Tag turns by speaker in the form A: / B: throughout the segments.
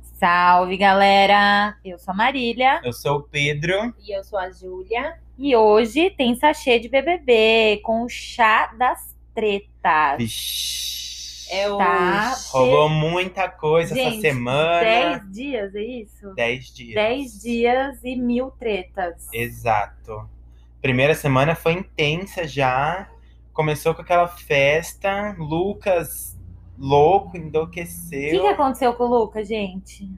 A: Salve, galera! Eu sou a Marília
B: Eu sou o Pedro.
C: E eu sou a Júlia.
A: e hoje tem sachê de BBB com o chá das tretas.
B: Vixi.
C: É o
A: Tá.
B: Rolou muita coisa essa
A: Gente,
B: semana.
A: 10 dias, é isso?
B: Dez dias.
A: 10 dias e mil tretas.
B: Exato. Primeira semana foi intensa já. Começou com aquela festa. Lucas louco,
A: O que, que
B: enlouqueceu.
A: aconteceu com o Lucas, gente?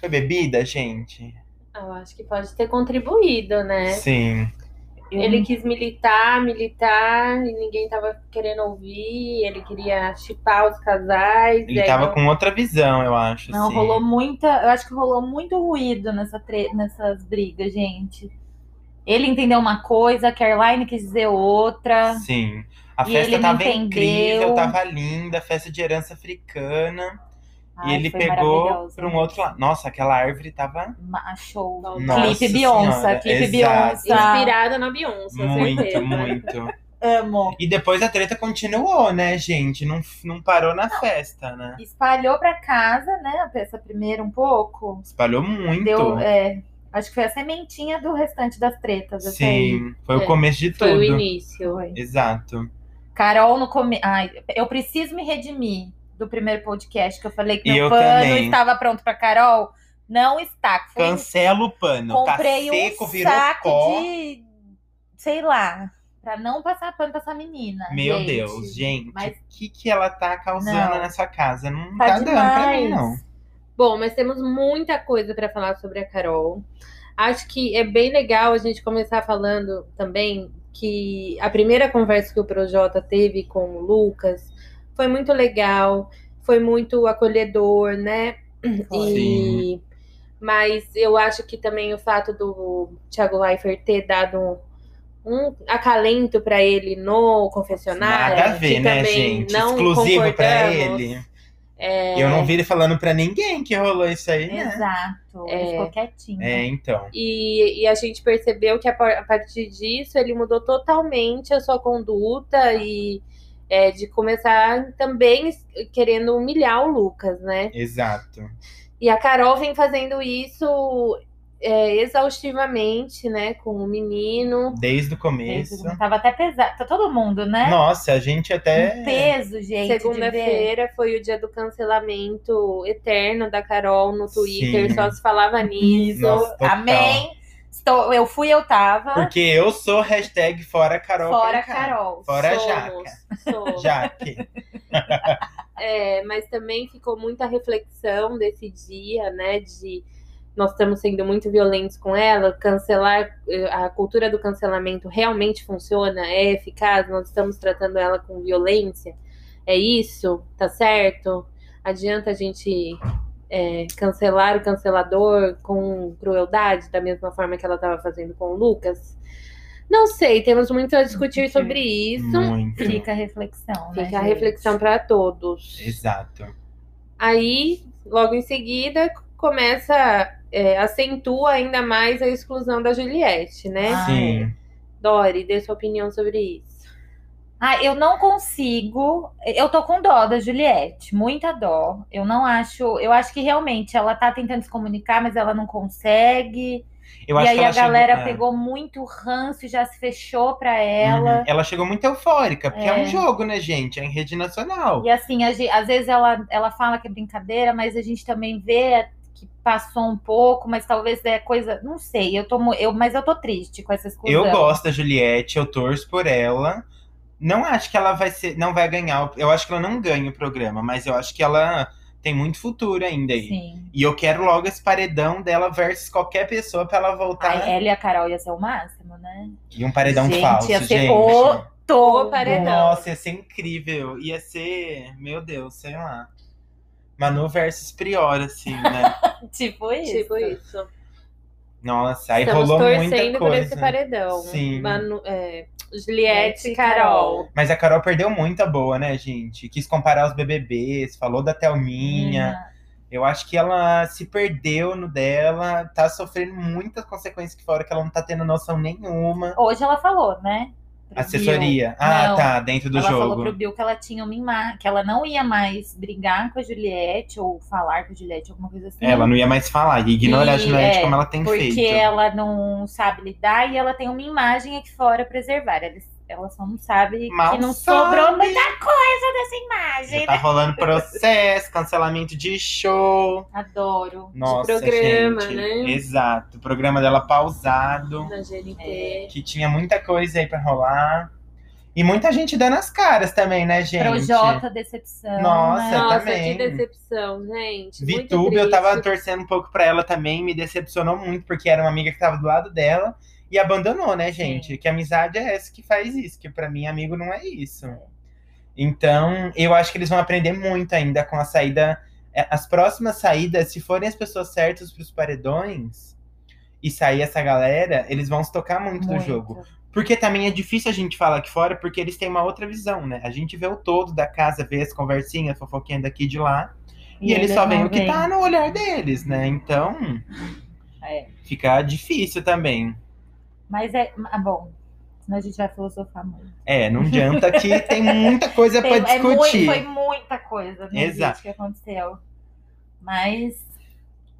B: Foi bebida, gente?
C: Eu acho que pode ter contribuído, né?
B: Sim.
C: Ele quis militar, militar, e ninguém tava querendo ouvir. Ele queria chipar os casais. e
B: Ele
C: aí
B: tava
C: não-
B: com outra visão, eu acho.
A: Não,
B: assim.
A: rolou muita. Eu acho que rolou muito ruído nessa tre- nessas brigas, gente. Ele entendeu uma coisa, a Caroline quis dizer outra.
B: Sim. A
A: E
B: festa
A: ele não
B: tava
A: entendeu.
B: incrível, tava linda, festa de herança africana. e
A: Ai,
B: ele
A: foi
B: pegou
A: maravilhoso.
B: pra um outro lado. Nossa, aquela árvore tava
A: Ma- Show.
C: Nossa
A: Clipe Beyoncé,
B: Senhora,
A: clipe
B: exato.
A: Beyoncé.
C: Inspirada na Beyoncé,
B: muito,
C: certeza. né?
B: muito.
A: Amo.
B: E depois a treta continuou, né, gente? Não, não parou na festa, né?
A: É. Espalhou pra casa, né? Essa primeira um pouco.
B: Espalhou muito.
A: Deu, é, acho que foi a sementinha do restante das tretas. essa aí.
B: Sim, foi o
C: É,
B: começo de
C: Foi o
B: tudo.
C: início.
A: Foi.
B: Exato.
A: Carol no começo. Eu preciso me redimir do primeiro podcast que eu falei que
B: E
A: meu
B: eu
A: pano
B: também.
A: estava pronto pra Carol. Não está. Fui,
B: Cancela o pano.
A: comprei
B: tá seco,
A: um
B: virou
A: saco
B: pó.
A: de. sei lá. Pra não passar pano pra essa menina.
B: Meu
A: gente.
B: Deus, gente.
A: Mas-
B: O que, que ela tá causando
A: Não.
B: nessa casa? Não
A: Tá
B: tá, dando pra mim,
A: demais.
B: não.
C: Bom, mas temos muita coisa para falar sobre a Carol. Acho que é bem legal a gente começar falando também que a primeira conversa que o Projota teve com o Lucas foi muito legal, foi muito acolhedor, né? E, mas eu acho que também o fato do Thiago Leifert ter dado um acalento para ele no confessionário.
B: Nada a ver,
C: que
B: né,
C: também
B: gente?
C: não
B: Exclusivo pra
C: concordamos.
B: ele.
C: É,
B: Eu não vi ele falando pra ninguém que rolou isso aí, né?
A: Exato. Ele
C: É.
A: ficou quietinho.
B: É, então.
C: E, e a gente percebeu que a, par- a partir disso ele mudou totalmente a sua conduta e é, de começar também es- querendo humilhar o Lucas, né?
B: Exato.
C: E a Carol vem fazendo isso é, exaustivamente, né, com o menino.
B: Desde o começo.
A: Isso. Tava até pesado. Tá todo mundo, né?
B: Nossa, a gente até.
A: Um peso, gente. de ver.
C: Segunda-feira foi o dia do cancelamento eterno da Carol no Twitter,
B: Sim.
C: só se falava nisso.
B: Nossa, total.
A: Amém. Estou, eu fui, eu tava.
B: Porque eu sou hashtag fora Carol.
A: fora
B: Conká.
A: Carol.
B: Fora a
C: Somos,
B: Jaca.
C: somos.
B: Jaque.
C: É, mas também ficou muita reflexão desse dia, né? De nós estamos sendo muito violentos com ela, cancelar eh, a cultura do cancelamento realmente funciona, é eficaz, nós estamos tratando ela com violência, é isso, tá certo? Adianta a gente eh, cancelar o cancelador com crueldade, da mesma forma que ela estava fazendo com o Lucas? Não sei, temos muito a discutir sobre isso.
B: Muito.
A: Fica a reflexão. né,
C: Fica a
A: gente?
C: reflexão para todos.
B: Exato.
C: Aí, logo em seguida, começa, é, acentua ainda mais a exclusão da Juliette, né?
A: Ah.
B: Sim.
C: Dori, dê sua opinião sobre isso.
A: Ah, eu não consigo. Eu tô com dó da Juliette, muita dó. Eu não acho. Eu acho que realmente ela tá tentando se comunicar, mas ela não consegue.
B: Eu
A: e
B: acho
A: aí
B: que ela
A: a galera
B: chegou... é.
A: pegou muito ranço e já se fechou pra
B: Uhum.
A: ela.
B: Ela chegou muito eufórica, porque é.
A: É.
B: um jogo, né, gente? É em rede nacional.
A: E assim, a ge- às vezes ela, ela fala que é brincadeira, mas a gente também vê que passou um pouco, mas talvez é coisa. Não sei, eu tô, mu- eu, mas eu tô triste com essa exclusão.
B: Eu gosto da Juliette, eu torço por ela. Não acho que ela vai ser, não vai ganhar. o- Eu acho que ela não ganha o programa, mas eu acho que ela tem muito futuro ainda aí.
A: Sim.
B: E eu quero logo esse paredão dela versus qualquer pessoa pra ela voltar. né?
A: A Ellie e a Carol ia ser o máximo, né?
B: E um paredão
A: Ah, é. Gente,
B: falso,
A: ia ser
B: gente.
A: o- Tô.
C: O paredão.
B: Nossa, ia ser incrível. Ia ser, meu Deus, sei lá. Manu versus Prior, assim, né?
A: Tipo isso.
C: Tipo isso.
B: Nossa, Tá aí
C: Estamos
B: rolou
C: torcendo
B: muita
C: por esse
B: coisa.
C: paredão.
B: Sim.
C: Manu- é, Juliette
A: Juliette
C: e Carol.
B: Mas a Carol perdeu muita boa, né, gente? Quis comparar os BBBs, falou da Thelminha.
A: Minha.
B: Eu acho que ela se perdeu no dela, tá sofrendo muitas consequências que fora que ela não tá tendo noção nenhuma.
A: Hoje ela falou, né?
B: Assessoria. Ah,
A: Não.
B: tá, dentro do
A: ela falou pro
B: jogo.
A: Bill que ela tinha uma imagem, que ela não ia mais brigar com a Juliette ou falar com a Juliette, alguma coisa assim.
B: É, Ela não ia mais falar e ignorar a
A: E,
B: Juliette
A: é,
B: como ela tem
A: porque
B: feito.
A: ela não sabe lidar e ela tem uma imagem aqui fora preservar. Ela, ela só não sabe
B: Mal
A: que não
B: sabe.
A: sobrou muita coisa dessa imagem, né?
B: Já tá rolando processo, cancelamento de show.
A: Adoro.
B: Nossa,
C: programa,
B: gente.
C: né?
B: Exato. O programa dela pausado.
C: Na GNT.
B: Que tinha muita coisa aí pra rolar. E muita gente dando as caras também, né, gente?
A: Projota, decepção.
B: Nossa, é
A: né?
C: Nossa,
B: também.
C: que decepção, gente. Muito
B: Vitube, eu
C: triste.
B: tava torcendo um pouco pra ela também, me decepcionou muito, porque era uma amiga que tava do lado dela e abandonou, né, gente? Que amizade é essa que faz isso, que pra mim, amigo, não é isso. Então, eu acho que eles vão aprender muito ainda com a saída. é, As próximas saídas, se forem as pessoas certas pros paredões e sair essa galera, eles vão se tocar muito, do jogo. Porque também é difícil a gente falar aqui fora, porque eles têm uma outra visão, né? A gente vê o todo da casa, vê as conversinhas, fofoquinha daqui e de lá. E, eles só veem
A: não
B: o que
A: veem.
B: tá no olhar deles, né? Então,
A: É.
B: fica difícil também.
A: Mas é. ah, bom, senão a gente vai filosofar muito.
B: É, não adianta que tem muita coisa pra
A: Tem- é mui-
B: discutir.
A: foi muita coisa né,
B: Exato.
A: gente, que aconteceu. Mas.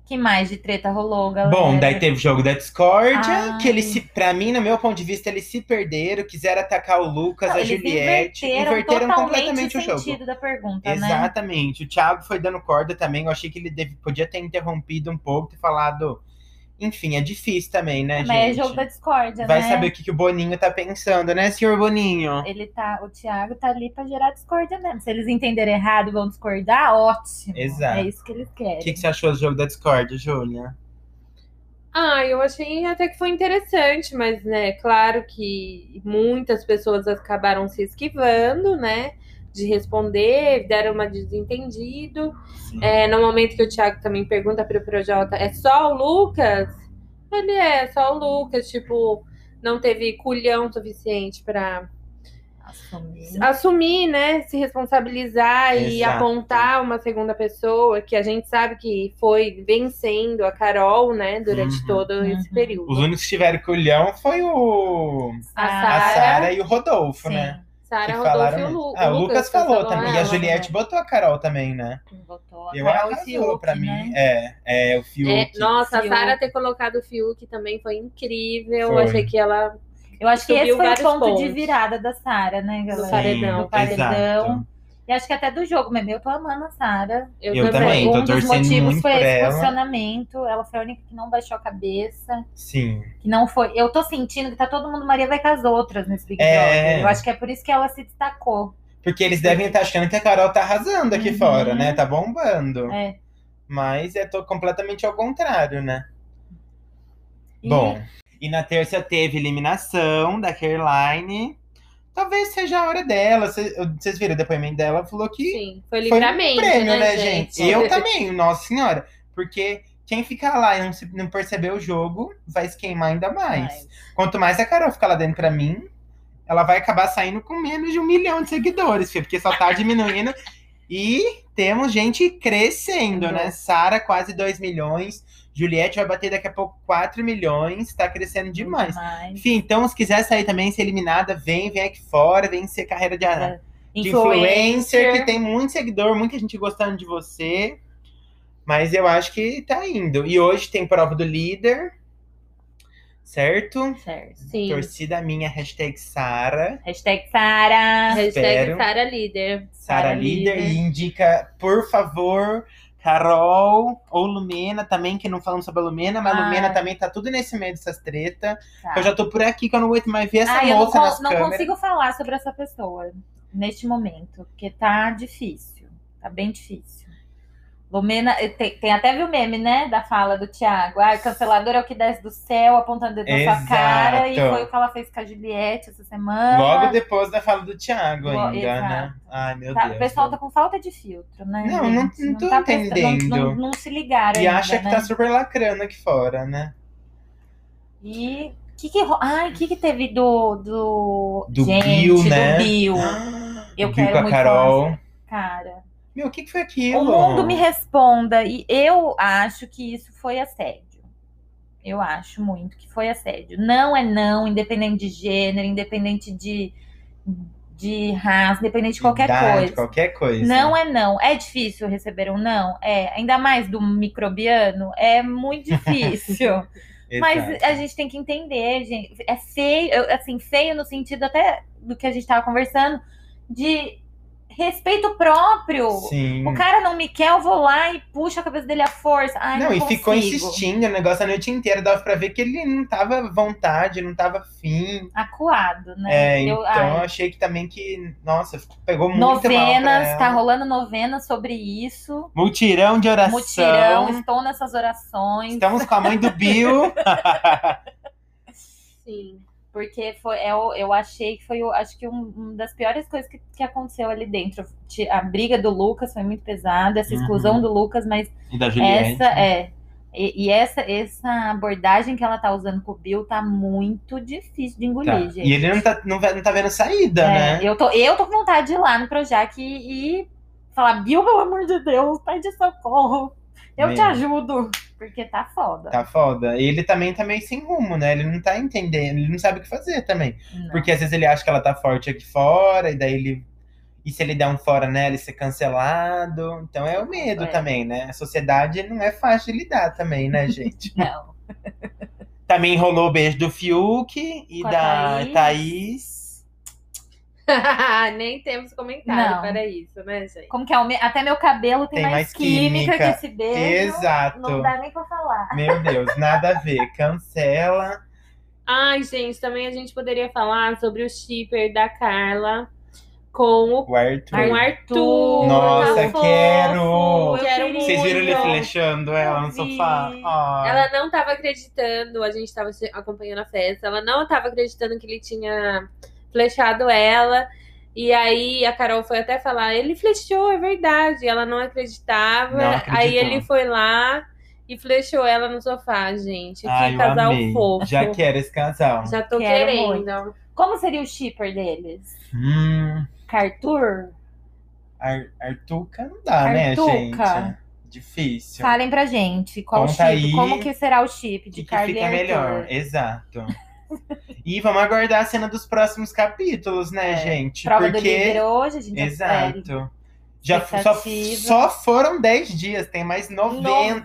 A: que mais de treta rolou, galera?
B: Bom, daí tá teve o jogo da discórdia,
A: Ai.
B: que eles se, pra mim, no meu ponto de vista, eles se perderam, quiseram atacar o Lucas,
A: Não,
B: a
A: eles
B: Juliette,
A: inverteram, totalmente
B: completamente o jogo.
A: sentido da pergunta, né?
B: Exatamente. O Thiago foi dando corda também. Eu achei que ele deve- podia ter interrompido um pouco, ter falado. Enfim, é difícil também, né,
A: Mas é
B: gente?
A: jogo da discórdia,
B: Vai
A: né?
B: saber o que, que o Boninho tá pensando, né, senhor Boninho?
A: Ele tá, o Thiago tá ali pra gerar discórdia mesmo. Se eles entenderem errado e vão discordar, ótimo.
B: Exato.
A: É isso que eles querem.
B: O que, que você achou do jogo da Discord, Júlia?
C: Ah, eu achei até que foi interessante, mas, né, claro que muitas pessoas acabaram se esquivando, né, de responder, deram uma desentendido. É, no momento que o Thiago também pergunta pro Projota, é só o Lucas? Ele é, só o Lucas, tipo, não teve culhão suficiente pra
A: Assumir.
C: assumir, né, se responsabilizar e
B: Exato.
C: apontar uma segunda pessoa, que a gente sabe que foi vencendo a Carol, né, durante
B: Uhum.
C: todo esse
A: Uhum.
C: período.
B: Os únicos que tiveram culhão foi o.
C: a
B: A
C: Sara,
B: Sara e o Rodolfo,
A: Sim,
B: né?
C: Sara
B: que
C: Rodolfo
B: falaram.
C: e o,
B: mesmo.
C: Lu-
B: ah, o Lucas falou
C: cancelou
B: também. E a
C: ela.
B: Juliette botou a Carol também, né?
A: Botou a
B: Eu
A: Carol e
B: arrasou
A: Fiuk,
B: pra
A: né?
B: mim. É, é o Fiuk.
C: É, nossa, a
A: Fiuk.
C: Sara ter colocado o Fiuk também foi incrível.
B: Foi.
C: Achei que ela.
A: Eu acho que esse
C: Subiu
A: foi o
C: vários
A: ponto de
C: pontos.
A: virada da Sara, né, galera?
C: Do paredão.
A: Do paredão.
B: exato.
A: E acho que até do jogo mesmo. Eu tô amando a Sara.
C: Eu,
B: Eu
C: também.
B: também. tô
A: um dos
B: torcendo
A: motivos
B: muito
A: foi
B: por
A: esse
B: ela.
A: funcionamento. Ela foi a única que não baixou a cabeça.
B: Sim.
A: Que não foi. Eu tô sentindo que tá todo mundo Maria vai com as outras nesse Big
B: É.
A: Brother. Eu acho que é por isso que ela se destacou.
B: Porque eles devem estar achando que a Carol tá arrasando aqui
A: Uhum.
B: fora, né? Tá bombando.
A: É.
B: Mas é tô completamente ao contrário, né?
A: E-
B: Bom. E na terça teve eliminação da Caroline. Talvez seja a hora dela. Cê- Vocês viram o depoimento dela? Falou que
C: Sim, foi
B: Foi um
C: livramento.
B: prêmio,
C: né,
B: né, gente? Eu também, nossa senhora. Porque quem ficar lá e não, se- não perceber o jogo vai se queimar ainda mais. Quanto mais a Carol ficar lá dentro pra mim, ela vai acabar saindo com menos de um milhão de seguidores, filho, porque só tá diminuindo. E temos gente crescendo, né? Sara, quase 2 milhões. Juliette vai bater daqui a pouco 4 milhões. Tá crescendo demais.
A: Demais.
B: Enfim, então, se quiser sair também, ser eliminada, vem, vem aqui fora, vem ser carreira de arara de influencer, que tem muito seguidor, muita gente gostando de você. Mas eu acho que tá indo. E hoje tem prova do líder, certo?
A: Certo.
C: Sim.
B: Torcida minha, hashtag Sara.
A: Hashtag Sara.
C: Hashtag
B: Espero.
C: Sara Líder.
B: Sara
A: Sara
B: líder.
A: líder.
B: E indica, por favor, Carol ou Lumena também, que não falamos sobre a Lumena, mas a
A: Ai.
B: Lumena também tá tudo nesse meio dessas treta.
A: Ah. Tá.
B: Eu já tô por aqui que eu não aguento mais ver essa
A: Ai, eu não,
B: moça
A: con-
B: nas
A: não
B: câmeras.
A: consigo falar sobre essa pessoa neste momento, porque tá difícil. Tá bem difícil. Lumena, eh, tem, tem até viu o meme, né? Da fala do Thiago. Ah, cancelador é o que desce do céu, apontando o dedo na sua
B: Exato.
A: cara. E foi o que ela fez com a Juliette essa semana.
B: Logo depois da fala do Thiago
A: Lo-
B: ainda, né?
A: exato.
B: Ai, meu
A: Tá,
B: Deus.
A: o pessoal tá com falta de filtro, né?
B: né? Não, não-
A: gente?
B: não tô
A: tá prestando-
B: entendendo.
A: Não, não- não se ligaram
B: E
A: ainda,
B: acha que
A: né?
B: tá super lacrando aqui fora, né?
A: E o que que... ro- Ai, o que que teve do... Do,
B: Do
A: Gente,
B: Bill,
A: do
B: né?
A: Bill. Eu
B: Ah, Viu
A: quero
B: com a
A: muito
B: Carol.
A: Cara...
B: Meu, o que, que foi aquilo?
A: O mundo me responda. E eu acho que isso foi assédio. Eu acho muito que foi assédio. Não é não, independente de gênero, independente de, de raça, independente de qualquer
B: Idade,
A: coisa.
B: Qualquer coisa.
A: Não é não. É difícil receber um não? É. Ainda mais do microbiano, é muito difícil. é, Mas
B: Exato.
A: a gente tem que entender, gente. É feio, eu- assim, feio no sentido até do que a gente tava conversando, de respeito próprio.
B: Sim.
A: O cara não me quer, eu vou lá e puxo a cabeça dele à força. Ai,
B: Não,
A: não,
B: e ficou
A: consigo.
B: insistindo o negócio a noite inteira. Dava pra ver que ele não tava à vontade, não tava afim.
A: Acuado, né?
B: É,
A: Eu-
B: então
A: ai,
B: eu achei que também que, nossa, pegou muito mal pra
A: novenas,
B: ela.
A: tá rolando novenas sobre isso.
B: Multirão de oração.
A: Mutirão, estou nessas orações.
B: Estamos com a mãe do Bill.
C: Sim.
A: Porque foi, eu, eu achei que foi o- acho que um- uma das piores coisas que, que aconteceu ali dentro. Ti- A briga do Lucas foi muito pesada, essa
B: Uhum. né?
A: exclusão do Lucas, mas
B: e da Juliette.
A: essa é. E, e essa, essa abordagem que ela tá usando com o Bill tá muito difícil de engolir,
B: Tá.
A: gente.
B: E ele não tá, não, vai- não tá vendo saída,
A: É,
B: né?
A: eu, tô, eu tô com vontade de ir lá no Projac e, e falar, Bill, pelo amor de Deus, pede socorro. Eu te
B: Meu.
A: ajudo. Porque tá foda.
B: Tá foda. E ele também tá meio sem rumo, né? Ele não tá entendendo, ele não sabe o que fazer também.
A: Não.
B: Porque às vezes ele acha que ela tá forte aqui fora, e daí ele. E se ele der um fora nela, ele ser cancelado. Então é o medo
A: É.
B: também, né? A sociedade não é fácil de lidar também, né, gente?
A: Não.
B: também rolou o beijo do Fiuk e
A: Com a
B: da
A: Thaís.
B: Thaís.
C: Nem temos comentário
A: Não.
C: para isso, né, gente?
A: Como que é? O me- Até meu cabelo tem,
B: Tem
A: mais,
B: mais
A: química,
B: química.
A: que esse beijo.
B: Exato.
A: Não dá nem pra falar.
B: Meu Deus, nada a ver. Cancela.
C: Ai, gente, também a gente poderia falar sobre o shipper da Carla com o,
B: O Arthur.
C: com o Arthur.
B: Nossa,
A: Tá fofo,
B: quero.
A: eu
C: Quero
A: queria.
B: Vocês viram ele
C: Muito.
B: flechando ela no
A: Eu
B: sofá?
A: vi. é
B: Ai.
C: Ela não tava acreditando, a gente tava se- acompanhando a festa, ela não tava acreditando que ele tinha flechado ela. E aí a Carol foi até falar, ele flechou, é verdade. Ela não acreditava.
B: Não
C: aí
B: acreditou.
C: ele foi lá e flechou ela no sofá, gente.
B: Ai,
C: que
B: eu
C: casal
B: amei.
C: fofo.
B: Já quero esse casal.
C: Já tô
A: Quero
C: querendo.
A: Como seria o shipper deles?
B: Hum,
A: Cartur?
B: Ar- Artuca não dá, né,
A: Artuca.
B: gente? Difícil.
A: Falem pra gente qual
B: Conta
A: chip,
B: aí.
A: como que será o chip
B: O
A: de é
B: que, que
A: Carla e
B: fica
A: Arthur.
B: melhor? Exato. e vamos aguardar a cena dos próximos capítulos, né,
A: É.
B: gente?
A: Prova do
B: Porque.
A: livro hoje, a gente
B: Exato.
A: Exato.
B: Já f- só,
A: Expectativa.
B: só foram 10 dias, tem mais 90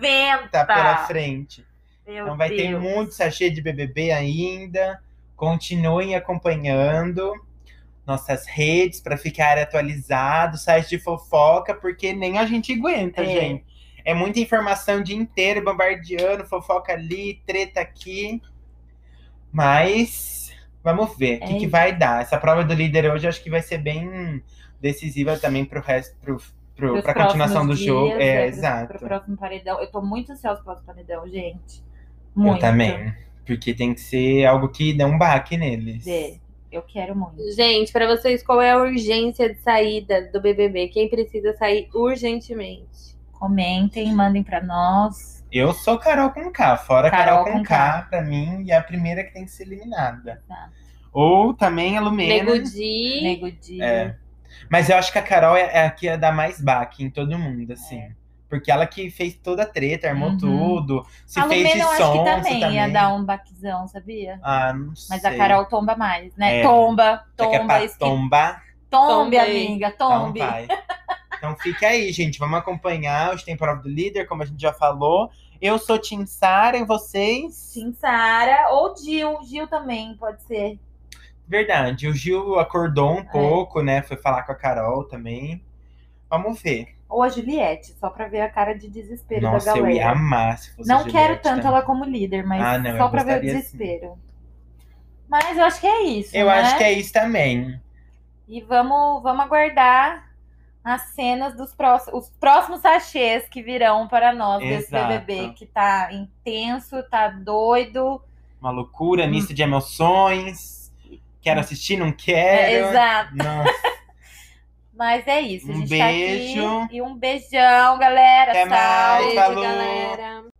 B: pela frente.
A: Meu
B: Então vai ter
A: Deus.
B: muito sachê de BBB ainda. Continuem acompanhando nossas redes para ficar atualizado, site de fofoca, porque nem a gente aguenta,
A: É.
B: gente. É muita informação o dia inteiro, bombardeando, fofoca ali, treta aqui. Mas vamos ver o que,
A: É.
B: que vai dar. Essa prova do líder hoje eu acho que vai ser bem decisiva também pro resto, pro, pro,
A: Pros
B: pra continuação do
A: próximos
B: jogo.
A: dias, né,
B: É,
A: pro-
B: exato.
A: Pro próximo paredão. Eu tô muito ansiosa pro próximo paredão, gente.
B: Eu
A: Muito.
B: também. Porque tem que ser algo que dê um baque neles.
A: Dê. Eu quero muito.
C: Gente, pra vocês, qual é a urgência de saída do BBB? Quem precisa sair urgentemente?
A: Comentem, mandem pra nós.
B: Eu sou Carol com K, fora Carol,
A: Carol
B: com
A: com
B: K, pra mim, e é a primeira que tem que ser eliminada.
A: Tá.
B: Ou também a Lumena.
C: Negudi.
A: Nego de.
B: É. Mas eu acho que a Carol é, é a que ia dar mais baque em todo mundo, assim. Porque ela que fez toda a treta, armou
A: É. Uhum.
B: tudo. Se
A: a
B: fez
A: Lumena, eu
B: de
A: acho que
B: sonso
A: também, ia dar um baquizão, sabia?
B: Ah, não sei.
A: Mas a Carol tomba mais, né?
B: É.
A: Tomba,
B: Já que é
A: tomba,
B: pra
A: esqui...
B: tombar,
A: tombe,
C: Tombei.
A: amiga,
B: então
A: tombe.
B: vai. Então fica aí, gente. Vamos acompanhar. Hoje tem prova do líder, como a gente já falou. Eu sou Tim Sara e vocês.
A: Sim, Sara ou Gil, Gil também pode ser.
B: Verdade, o Gil acordou
A: É.
B: um pouco, né? Foi falar com a Carol também. Vamos ver.
A: Ou a Juliette, só pra ver a cara de desespero
B: Nossa,
A: da
B: eu
A: galera.
B: ia amar se fosse a
A: Não quero
B: Juliette né?
A: tanto
B: também.
A: ela como líder, mas
B: Ah, não,
A: só
B: eu
A: pra ver o
B: gostaria sim.
A: desespero. Mas eu acho que é isso.
B: Eu
A: né?
B: acho que é isso também.
A: E vamos, vamos aguardar as cenas dos próximos, os próximos sachês que virão para nós desse
B: Exato.
A: BBB, que tá intenso, tá doido.
B: Uma loucura,
A: Hum.
B: misto de emoções. Quero assistir, não
A: É,
B: quero.
A: exato.
B: Nossa,
A: Mas é isso, a
B: Um
A: gente
B: beijo.
A: tá aqui. E um beijão, galera.
B: Até
A: Tchau.
B: mais.
C: Beijo,
B: falou.
C: galera.